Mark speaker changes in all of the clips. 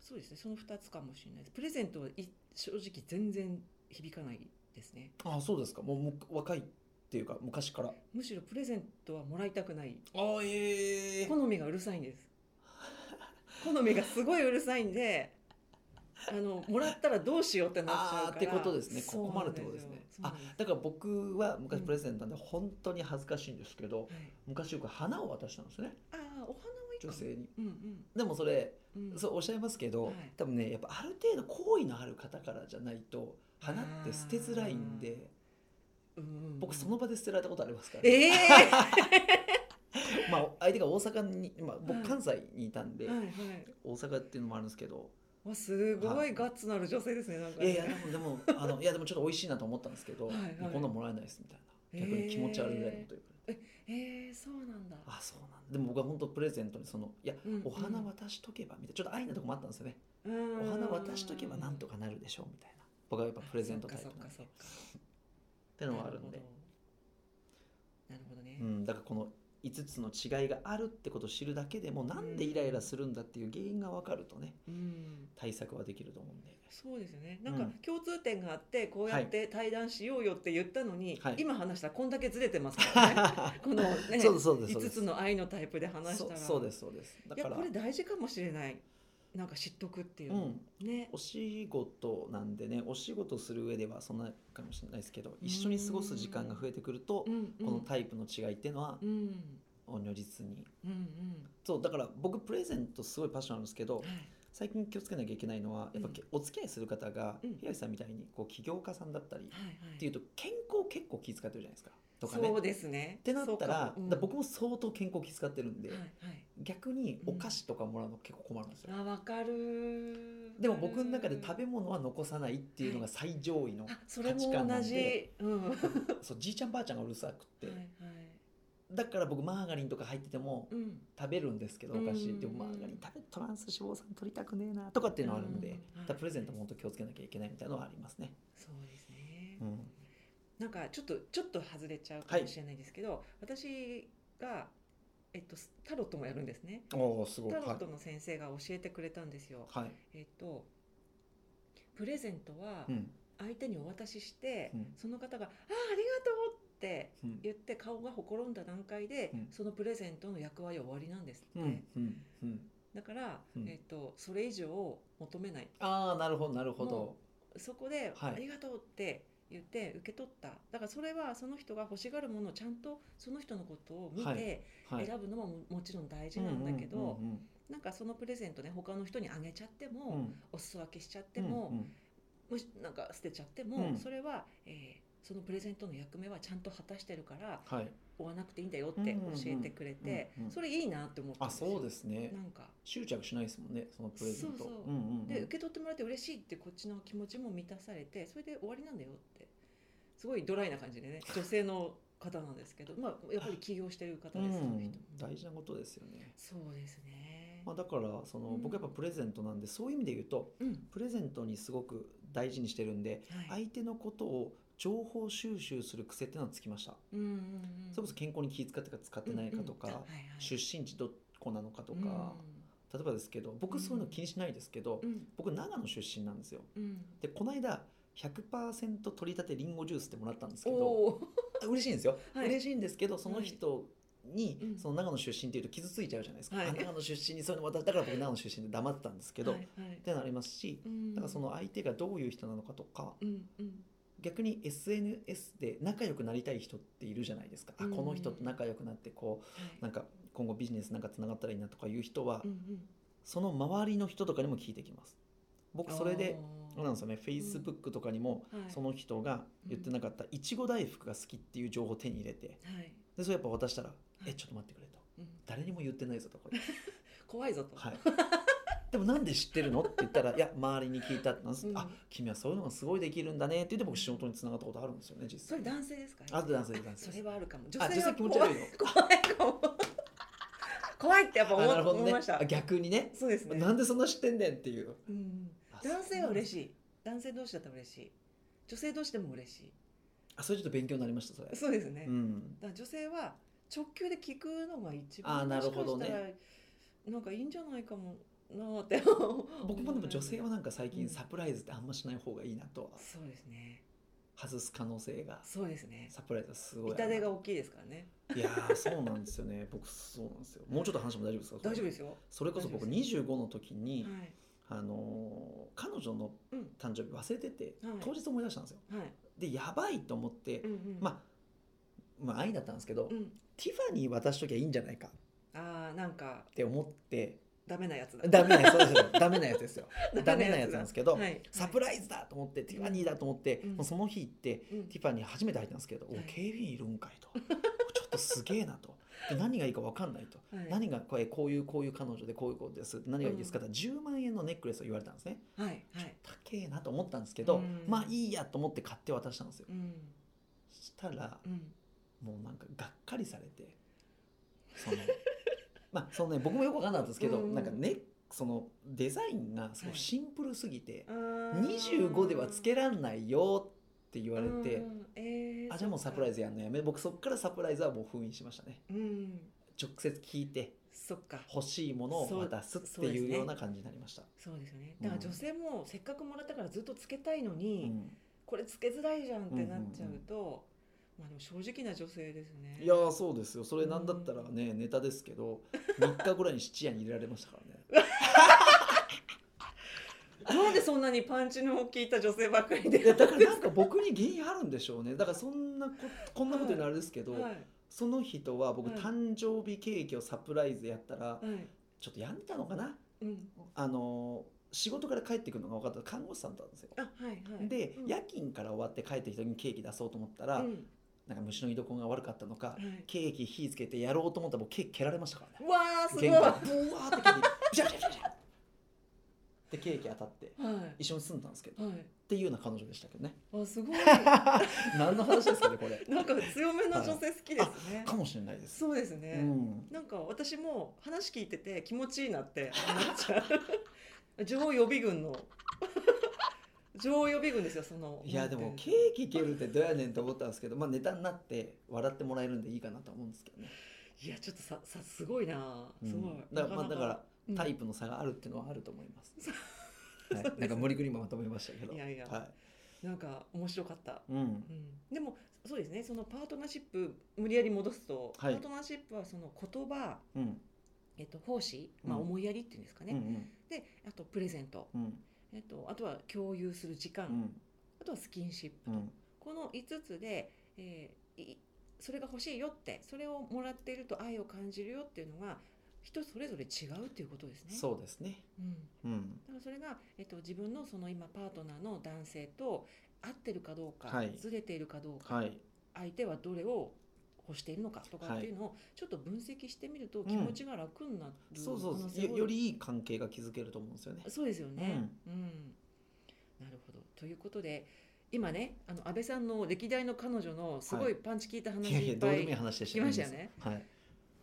Speaker 1: そうですねその2つかもしれないですプレゼントはい正直全然響かないですね
Speaker 2: ああそうですかもうむ若いっていうか昔から
Speaker 1: むしろプレゼントはもらいたくない
Speaker 2: ああええ
Speaker 1: 好みがうるさいんです好みがすごいうるさいんであのもらったらどうしようってなっちゃう
Speaker 2: あ
Speaker 1: か
Speaker 2: あ
Speaker 1: ら
Speaker 2: ってことですね
Speaker 1: そう
Speaker 2: 困
Speaker 1: な
Speaker 2: る
Speaker 1: ん
Speaker 2: ってことです
Speaker 1: よ
Speaker 2: ね
Speaker 1: そうなん
Speaker 2: あ
Speaker 1: です
Speaker 2: だから僕は昔
Speaker 1: うん
Speaker 2: プレゼントなんで本当に恥ずかしいんですけど、
Speaker 1: はい
Speaker 2: 昔よく花を渡したんですね
Speaker 1: ああお花もいいか
Speaker 2: 女
Speaker 1: も
Speaker 2: 性に
Speaker 1: うん
Speaker 2: でもそれ、
Speaker 1: うんうん
Speaker 2: そうおっしゃいますけど、
Speaker 1: はい
Speaker 2: 多分ねやっぱある程度好意のある方からじゃないと花って捨てづらいんで
Speaker 1: うんうん
Speaker 2: 僕その場で捨てられたことありますから、
Speaker 1: え え
Speaker 2: まあ相手が大阪に、まあ、
Speaker 1: は
Speaker 2: 僕
Speaker 1: い
Speaker 2: 関西にいたんで、
Speaker 1: はいはい
Speaker 2: 大阪っていうのもあるんですけど
Speaker 1: わすご
Speaker 2: はいい
Speaker 1: ガッツのある女性ですねなんか
Speaker 2: いや
Speaker 1: ね
Speaker 2: いやでもでもあのいやでもちょっと美味しいなと思ったんですけど、
Speaker 1: はいはい
Speaker 2: こんなんもらえないですみたいな
Speaker 1: へー
Speaker 2: 逆に気持ち悪いぐらいのこと言われて、
Speaker 1: ええそうなんだ
Speaker 2: あそうなんだでも僕は本当プレゼントにそのいや、
Speaker 1: うんうん
Speaker 2: お花渡しとけばみたいなちょっと愛なとこもあったんですよね、
Speaker 1: お
Speaker 2: お花渡しとけばなんとかなるでしょうみたいな僕はやっぱプレゼントタイプ
Speaker 1: そっ
Speaker 2: なん
Speaker 1: か
Speaker 2: でっ
Speaker 1: そっかそ
Speaker 2: て
Speaker 1: っ
Speaker 2: の
Speaker 1: か
Speaker 2: はあるんで
Speaker 1: なるほどね、
Speaker 2: うん、だからこの5つの違いがあるってことを知るだけでもなんでイライラするんだっていう原因が分かるとね
Speaker 1: うん
Speaker 2: 対策はできると思うんで
Speaker 1: そうですよね
Speaker 2: う
Speaker 1: なんんか共通点があってこうやって対談しようよって言ったのに、
Speaker 2: はい
Speaker 1: 今話したらこんだけずれてますか らねこのね
Speaker 2: そうですそうですそ
Speaker 1: 5
Speaker 2: うです
Speaker 1: つの愛のタイプで話し
Speaker 2: そ
Speaker 1: たら
Speaker 2: そうですそうですだ
Speaker 1: いや
Speaker 2: から
Speaker 1: これ大事かもしれないなんか知っとくっていう
Speaker 2: う
Speaker 1: の、
Speaker 2: ん
Speaker 1: ね
Speaker 2: お仕事なんでねお仕事する上ではそんなかもしれないですけど一緒に過ごす時間が増えてくると
Speaker 1: うんうん
Speaker 2: このタイプの違いっていうのは
Speaker 1: うん
Speaker 2: 如実に
Speaker 1: うん
Speaker 2: そうだから僕プレゼントすごいパッションあるんですけ
Speaker 1: う
Speaker 2: ど
Speaker 1: んはい
Speaker 2: 最近気をつけなきゃいけないのはやっぱけお付き合いする方が
Speaker 1: うん
Speaker 2: 平井さんみたいにこう起業家さんだったり
Speaker 1: はいはい
Speaker 2: っていうと健康結構気遣ってるじゃないですかとかね
Speaker 1: そう
Speaker 2: っ
Speaker 1: ですねって
Speaker 2: なったらだから僕
Speaker 1: も、
Speaker 2: も相当健康気遣ってるん
Speaker 1: う
Speaker 2: で
Speaker 1: んはいはい
Speaker 2: 逆にお菓子とかもらうの結構困るんですよ
Speaker 1: あわかる
Speaker 2: でも僕の中で食べ物は残さないっていうのが最上位の
Speaker 1: あそれも
Speaker 2: 価値観な
Speaker 1: 同
Speaker 2: ん
Speaker 1: じ
Speaker 2: で
Speaker 1: うんはい
Speaker 2: そうじいちゃんばあちゃんがうるさくって、
Speaker 1: はい
Speaker 2: だから僕マーガリンとか入ってても
Speaker 1: うんっ
Speaker 2: 食べるんですけど
Speaker 1: う
Speaker 2: お
Speaker 1: ん
Speaker 2: 菓子でもマーガリン食べトランス脂肪酸取りたくねえなとかっていうのはあるんで、だからプレゼントも本当気をつけなきゃいけないみたいなのはありますね。
Speaker 1: そうですね、
Speaker 2: うん
Speaker 1: なんかちょっとちょっと外れちゃうかもしれないですけど、私がえっとタロットもやるんですね
Speaker 2: おおすご
Speaker 1: タロットの先生が教えてくれたんですよ、
Speaker 2: はい、
Speaker 1: えっとプレゼントは
Speaker 2: うん
Speaker 1: 相手にお渡しして、
Speaker 2: うん
Speaker 1: その方が「ああありがとう」って
Speaker 2: うん
Speaker 1: 言って顔がほころんだ段階で、
Speaker 2: うん
Speaker 1: そのプレゼントの役割は終わりなんですって、
Speaker 2: うんうんうん、
Speaker 1: だから、
Speaker 2: うん
Speaker 1: えっとそれ以上求めない
Speaker 2: ああなるほどなるほど
Speaker 1: も。そこで、
Speaker 2: はい
Speaker 1: ありがとうって言って受け取っただからそれはその人が欲しがるものをちゃんとその人のことを見
Speaker 2: は
Speaker 1: て
Speaker 2: はい、
Speaker 1: 選ぶのもももちろん大事なんだけど、
Speaker 2: うんうん
Speaker 1: なんかそのプレゼントね他の人にあげちゃって
Speaker 2: うんう
Speaker 1: も、
Speaker 2: ん、
Speaker 1: お裾分けしちゃっても、
Speaker 2: うん
Speaker 1: むしなんか捨てちゃっても、
Speaker 2: うん
Speaker 1: それは、えーそのプレゼントの役目はちゃんと果たしてるから
Speaker 2: うんはい、
Speaker 1: 追わなくていいんだよって教えてくれて、
Speaker 2: うんうんうんうん
Speaker 1: それいいなって思ったん
Speaker 2: あそうですね
Speaker 1: なんか
Speaker 2: 執着しないですもんねそのプレゼント。
Speaker 1: そうそうん
Speaker 2: んん
Speaker 1: で受け取ってもらって嬉しいってこっちの気持ちも満たされてそれで終わりなんだよってすごいドライな感じで ね女性の方なんですけど、まあ、やっぱり起業してる方
Speaker 2: う
Speaker 1: です、その
Speaker 2: ん
Speaker 1: 人、
Speaker 2: 大事なことですよね。
Speaker 1: そうですね、
Speaker 2: まあ、だからその、
Speaker 1: うん
Speaker 2: 僕やっぱプレゼントなんでそういう意味で言うと
Speaker 1: うん
Speaker 2: プレゼントにすごく大事にしてるんで、
Speaker 1: はい、
Speaker 2: 相手のことを情報収集する癖っていうのはつきました、
Speaker 1: うんうんうん
Speaker 2: それこそ健康に気遣ってるか使ってないかとか、
Speaker 1: うんうんはいはい
Speaker 2: 出身地どこなのかとか、例えばですけど僕そういうの気にしないですけど、
Speaker 1: うんうん
Speaker 2: 僕長野出身なんですよ
Speaker 1: うん
Speaker 2: でこの間100%取り立てりんごジュースってもらったんですけ
Speaker 1: お
Speaker 2: ど
Speaker 1: お
Speaker 2: あ嬉しいんですよ、
Speaker 1: はい
Speaker 2: 嬉しいんですけどその人に、
Speaker 1: うん
Speaker 2: その長野出身っていうと傷ついちゃうじゃないですか、
Speaker 1: はい
Speaker 2: あ長野出身にそういうの渡だから僕長野出身で黙ってたんですけど、
Speaker 1: はい
Speaker 2: っ
Speaker 1: はい
Speaker 2: てのありますし
Speaker 1: うん
Speaker 2: だからその相手がどういう人なのかとか、
Speaker 1: うんうん
Speaker 2: 逆に SNS で仲良くなりたい人っているじゃないですか、あ
Speaker 1: うん
Speaker 2: この人と仲良くなってこう
Speaker 1: は
Speaker 2: ないんか今後ビジネスなんかつながったらいいなとかいう人は、
Speaker 1: うんうん
Speaker 2: その周りの人とかにも聞いてきます僕それでそうなんですよね Facebook とかにも、
Speaker 1: はい
Speaker 2: その人が言ってなかったいちご大福が好きっていう情報を手に入れて
Speaker 1: あーはい
Speaker 2: でそれやっぱ渡したら「
Speaker 1: い
Speaker 2: えちょっと待ってくれ」と
Speaker 1: うん
Speaker 2: 「誰にも言ってないぞ」とこれ、
Speaker 1: 怖いぞと、
Speaker 2: はい、でもなんで知ってるのって言ったら「いや周りに聞いた」ってなんです、
Speaker 1: うん
Speaker 2: あ君はそういうのがすごいできるんだね」って言って僕仕事につながったことあるんですよね実
Speaker 1: そ
Speaker 2: 際
Speaker 1: れ男性ですかね
Speaker 2: あ男性男性
Speaker 1: それはあるかも
Speaker 2: あ
Speaker 1: 女
Speaker 2: 女
Speaker 1: 性は
Speaker 2: 性気持ち悪いよ
Speaker 1: 怖いかも怖いってやっぱ
Speaker 2: あなる
Speaker 1: 思,、
Speaker 2: ほど
Speaker 1: 思い
Speaker 2: ね
Speaker 1: ました
Speaker 2: あ逆にね
Speaker 1: そうですね
Speaker 2: なんでそんな知ってんねんっていう
Speaker 1: うん
Speaker 2: あ
Speaker 1: 男性は嬉し
Speaker 2: い
Speaker 1: い男性同士だったら嬉しい女性同士でも嬉し
Speaker 2: あそれちょっと勉強になりましたそれ
Speaker 1: いそうですね、
Speaker 2: う
Speaker 1: だ
Speaker 2: ん
Speaker 1: から女性は直球で聞くのが一
Speaker 2: あー
Speaker 1: 番
Speaker 2: なるほどね
Speaker 1: もしかしたらなんかいいんじゃないかもなーって
Speaker 2: 僕もでも女性
Speaker 1: は
Speaker 2: はなんか最
Speaker 1: う
Speaker 2: 近
Speaker 1: ん
Speaker 2: サプライズってあんましない方がいいなとは
Speaker 1: そうですね
Speaker 2: 外す可能性が
Speaker 1: そうですね
Speaker 2: サプライズはすごいある
Speaker 1: 痛手が大きいですからね
Speaker 2: いやーそうなんですよ ね僕そうなんですよもうちょっと話しても大丈夫ですか
Speaker 1: 大丈夫です
Speaker 2: よ
Speaker 1: よ
Speaker 2: それこそ僕
Speaker 1: 大
Speaker 2: 25の時
Speaker 1: は
Speaker 2: に、
Speaker 1: い
Speaker 2: あのー彼女の
Speaker 1: うん
Speaker 2: 誕生日忘れてて、
Speaker 1: はい
Speaker 2: 当日思い出したんですよ
Speaker 1: はい
Speaker 2: でやばいと思って、
Speaker 1: うんうん
Speaker 2: まあまあ愛だったんですけど、
Speaker 1: うん
Speaker 2: ティファニー渡しときゃいいんじゃないかっ
Speaker 1: ああなんか
Speaker 2: て思って
Speaker 1: ダメなやつだ
Speaker 2: ダメなやつそうで すよダメなやつですよダメなやつなんですけど、
Speaker 1: はい
Speaker 2: サプライズだと思って、ティファニーだと思って、
Speaker 1: うん
Speaker 2: もうその日行って
Speaker 1: イ
Speaker 2: ティファニー初めて入ったんですけど、お
Speaker 1: はい
Speaker 2: 警備員いるんかい とちょっとすげえなとで何がいいか分かんないと、
Speaker 1: はい
Speaker 2: 何がこれこういうこういう彼女でこういう子です何がいいですかって、10万円のネックレスを言われたんですね
Speaker 1: はいはい
Speaker 2: 高えなと思ったんですけど、
Speaker 1: うん
Speaker 2: まあいいやと思って買って渡したんですよ
Speaker 1: うん
Speaker 2: したら
Speaker 1: うん
Speaker 2: もうなんかがっかりされてその まあそのね僕もよく分かんなかったんですけど、
Speaker 1: うん
Speaker 2: なんかねそのデザインがすごいシンプルすぎて、
Speaker 1: あー
Speaker 2: 25ではつけらんないよって言われて、
Speaker 1: うんえー
Speaker 2: あじゃあもうサプライズやんのやめ僕そっからサプライズはもう封印しましたね
Speaker 1: うん
Speaker 2: 直接聞いて
Speaker 1: そっか
Speaker 2: 欲しいものを渡すっていうような感じになりました
Speaker 1: そうですよね
Speaker 2: うん
Speaker 1: だから女性もせっかくもらったからずっとつけたいの
Speaker 2: う
Speaker 1: に、
Speaker 2: ん
Speaker 1: これつけづらいじゃんってなっちゃうと、まあでも正直な女性ですね
Speaker 2: いやーそうですよそれなんだったらねネタですけど3日ぐらいに質屋に入れられましたからね
Speaker 1: なんでそんなにパンチの効いた女性ばっかりで
Speaker 2: いやだからなんか僕に原因あるんでしょうねだからそんなここんなこと言うのあれですけど、
Speaker 1: はい
Speaker 2: その人は僕
Speaker 1: はい
Speaker 2: 誕生日ケーキをサプライズやったら
Speaker 1: はい
Speaker 2: ちょっとやんでたのかな
Speaker 1: うん
Speaker 2: あのー仕事から帰ってくるのが分かった看護師さんだったんですよ
Speaker 1: あはいはい
Speaker 2: で、
Speaker 1: うん
Speaker 2: 夜勤から終わって帰ってきた時にケーキ出そうと思ったら、
Speaker 1: うん
Speaker 2: なんか虫の居所が悪かったのか、
Speaker 1: はい
Speaker 2: ケーキ火つけてやろうと思ったら僕ケーキ蹴られましたからね
Speaker 1: うわーすごい
Speaker 2: 玄関ブワーって蹴ってブシャブシャブシャブシャでケーキ当たって
Speaker 1: はい
Speaker 2: 一緒に住んだんですけど、っ
Speaker 1: はい
Speaker 2: ていうような彼女でしたけどね
Speaker 1: あす ごい
Speaker 2: 何の話ですかねこれ
Speaker 1: なんか強めな女性好きですね
Speaker 2: かもしれないです、
Speaker 1: そうです
Speaker 2: う
Speaker 1: ね、
Speaker 2: ん、
Speaker 1: なんか私も話聞いてて気持ちいいなって思っちゃう女王予備軍の 女王予備軍ですよその
Speaker 2: いやで
Speaker 1: なん
Speaker 2: も
Speaker 1: て
Speaker 2: ケーキ蹴るってどうやねんと思ったんですけど、まあ、ネタになって笑ってもらえるんでいいかなと思うんですけどね、
Speaker 1: いやちょっとささすごいな
Speaker 2: うん
Speaker 1: すごい、
Speaker 2: だからまあだから
Speaker 1: うん
Speaker 2: タイプの差があるっていうのはあると思います、はい
Speaker 1: そうです
Speaker 2: なんか無理くり今まとめましたけど
Speaker 1: いやいや
Speaker 2: は
Speaker 1: なんか面白かった、
Speaker 2: いうん
Speaker 1: うん、でもそうですねそのパートナーシップ無理やり戻すと、
Speaker 2: はい
Speaker 1: パートナーシップはその言葉、
Speaker 2: うん
Speaker 1: えっと、奉仕、まあ、
Speaker 2: うん
Speaker 1: 思いやりっていうんですかね、
Speaker 2: うん
Speaker 1: であとプレゼント、
Speaker 2: うん
Speaker 1: えっと、あとは共有する時間、
Speaker 2: うん
Speaker 1: あとはスキンシップ
Speaker 2: う
Speaker 1: と、
Speaker 2: ん
Speaker 1: この5つで、えーいそれが欲しいよってそれをもらっていると愛を感じるよっていうのが人それぞれ違うっていうことですね。
Speaker 2: そうですね
Speaker 1: うん、
Speaker 2: うん
Speaker 1: だからそれが、えっと、自分のその今パートナーの男性と合ってるかどうか、
Speaker 2: はい
Speaker 1: ずれているかどうか、
Speaker 2: はい
Speaker 1: 相手はどれを欲しているのかとかっていうのをちょっと分析してみると気持ちが楽になる可能性
Speaker 2: そう
Speaker 1: を、
Speaker 2: そうそうよよりいい関係が築けると思うんですよね
Speaker 1: そうですよね。うん、なるほど。ということで、今ね、あの安倍さんの歴代の彼女のすご
Speaker 2: はい
Speaker 1: いパンチ効いた話
Speaker 2: いやい
Speaker 1: い
Speaker 2: や
Speaker 1: っ
Speaker 2: どう
Speaker 1: ぱ
Speaker 2: でもいい
Speaker 1: い。
Speaker 2: 話でした
Speaker 1: 聞きましたよね
Speaker 2: はい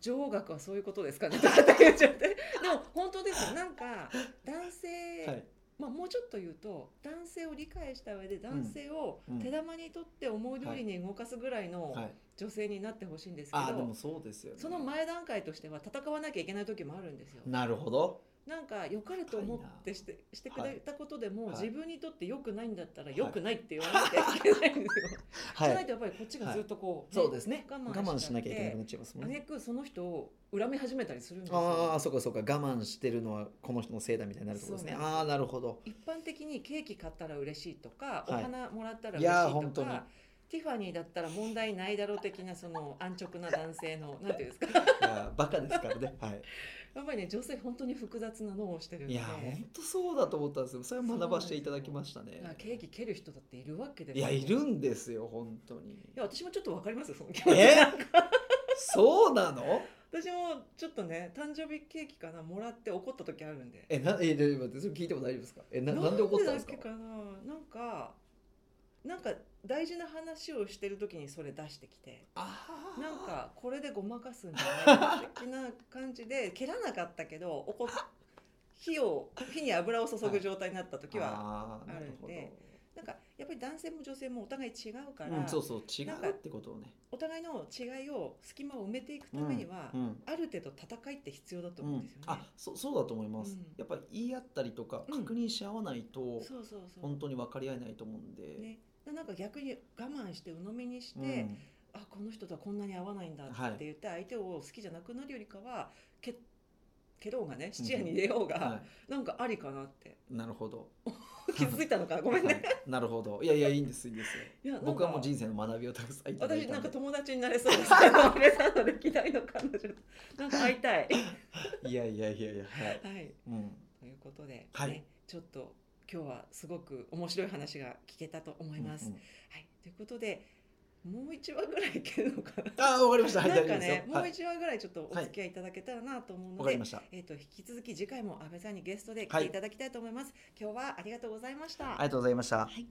Speaker 1: 女王学はそういうことですかね。 とかって言っちゃって。でも本当ですよ。なんか男性、
Speaker 2: はい
Speaker 1: まあもうちょっと言うと男性を理解した上で男性を
Speaker 2: うん
Speaker 1: 手玉にとって思い通りに動かすぐらいの
Speaker 2: はい
Speaker 1: 女性になってほしいんですけ
Speaker 2: ああで
Speaker 1: ど
Speaker 2: も。そうですよね
Speaker 1: その前段階としては戦わなきゃいけない時もあるんですよ。
Speaker 2: なるほど
Speaker 1: なんか良かれと思ってしてしてくれたことでも、
Speaker 2: はい
Speaker 1: 自分にとって良くないんだったら
Speaker 2: はい
Speaker 1: 良くないって言わなきゃいけないんですよ。
Speaker 2: は
Speaker 1: じゃない
Speaker 2: い
Speaker 1: とやっぱりこっちがずっとこう、
Speaker 2: そうですね
Speaker 1: 我慢し
Speaker 2: 我
Speaker 1: ちゃって
Speaker 2: 慢しなきゃいけなくなっちゃいますもん
Speaker 1: ね
Speaker 2: ね
Speaker 1: くその人を恨み始めたりするんです
Speaker 2: ああ
Speaker 1: よ。
Speaker 2: そうかそうか我慢してるのはこの人のせいだみたいになるってことですね
Speaker 1: そうなんです
Speaker 2: ああなるほど
Speaker 1: 一般的にケーキ買ったら嬉しいとか、
Speaker 2: はい
Speaker 1: お花もらったら嬉
Speaker 2: い
Speaker 1: し
Speaker 2: やー
Speaker 1: い
Speaker 2: 本
Speaker 1: と
Speaker 2: 当に
Speaker 1: か。ティファニーだったら問題ないだろう的なその安直な男性 のなんていうんですか
Speaker 2: いやバカですからね はい
Speaker 1: やっぱりね女性本当に複雑な脳をしてるん
Speaker 2: い
Speaker 1: で
Speaker 2: や本当そうだと思ったんですよそれは学ばせていただきましたね
Speaker 1: まあケーキ蹴る人だっているわけです
Speaker 2: い
Speaker 1: よ
Speaker 2: やいるんですよ本当に
Speaker 1: いや私もちょっとわかりますよその気持ち
Speaker 2: えそうなの
Speaker 1: だ私もちょっとね誕生日ケーキかなもらって怒った時あるんで
Speaker 2: えなえで待ってそれ聞いても大丈夫ですかえななんで怒ったんですか
Speaker 1: なんだっけかななんかなんか大事な話をしてる時にそれ出してきて
Speaker 2: あー
Speaker 1: なんかこれでごまかすんじゃないか的な感じ で蹴らなかったけど怒っ火を火に油を注ぐ状態になった時は
Speaker 2: あーなるほど
Speaker 1: あるんなんかやっぱり男性も女性もお互い違うから、
Speaker 2: うん、そうそう違
Speaker 1: なんか
Speaker 2: うってことをね
Speaker 1: お互いの違いを隙間を埋めていくためには、
Speaker 2: うんうん
Speaker 1: ある程度戦いって必要だと
Speaker 2: う
Speaker 1: 思うん
Speaker 2: ん
Speaker 1: ですよね。
Speaker 2: あそそうだと思います、
Speaker 1: うん
Speaker 2: やっぱり言い合ったりとか
Speaker 1: うん
Speaker 2: 確認し合わないと
Speaker 1: そうそうそう
Speaker 2: 本当に分かり合えないと思うんで、
Speaker 1: ね、だなんか逆に我慢して鵜呑みにして、
Speaker 2: うん
Speaker 1: あこの人とはこんなに合わないんだ
Speaker 2: はい
Speaker 1: って言って相手を好きじゃなくなるよりかはけ蹴ろうがね質屋に入れようが、
Speaker 2: は
Speaker 1: なんかありかなって
Speaker 2: い、なるほど
Speaker 1: 気づいたのかごめんね、
Speaker 2: はいなるほどいやいやいいんですいいんです
Speaker 1: いやなんか
Speaker 2: 僕はもう人生の学びをたくさんいただい
Speaker 1: 私
Speaker 2: た
Speaker 1: なん
Speaker 2: ん
Speaker 1: か
Speaker 2: で
Speaker 1: 友達になれ そうですけどレサード歴代の彼女となんか会い たい
Speaker 2: いやいやいやいやはい、
Speaker 1: はい
Speaker 2: うん、
Speaker 1: ということで、
Speaker 2: はい
Speaker 1: ね、ちょっと今日はすごく面白い話が聞けたと思います、
Speaker 2: うんうん
Speaker 1: はいということでもう一話ぐらいいけるのかな
Speaker 2: ああわかりましたはい
Speaker 1: な
Speaker 2: 大
Speaker 1: ん
Speaker 2: 丈
Speaker 1: か
Speaker 2: 夫ですよ
Speaker 1: ね、もう
Speaker 2: はい
Speaker 1: 一話ぐらいちょっとお付き合いいただけたらなと思うので、
Speaker 2: わかりました
Speaker 1: えっ、と引き続き次回も安倍さんにゲストで来ていただきたいと思います。今日はありがとうございました。
Speaker 2: ありがとうございました
Speaker 1: はい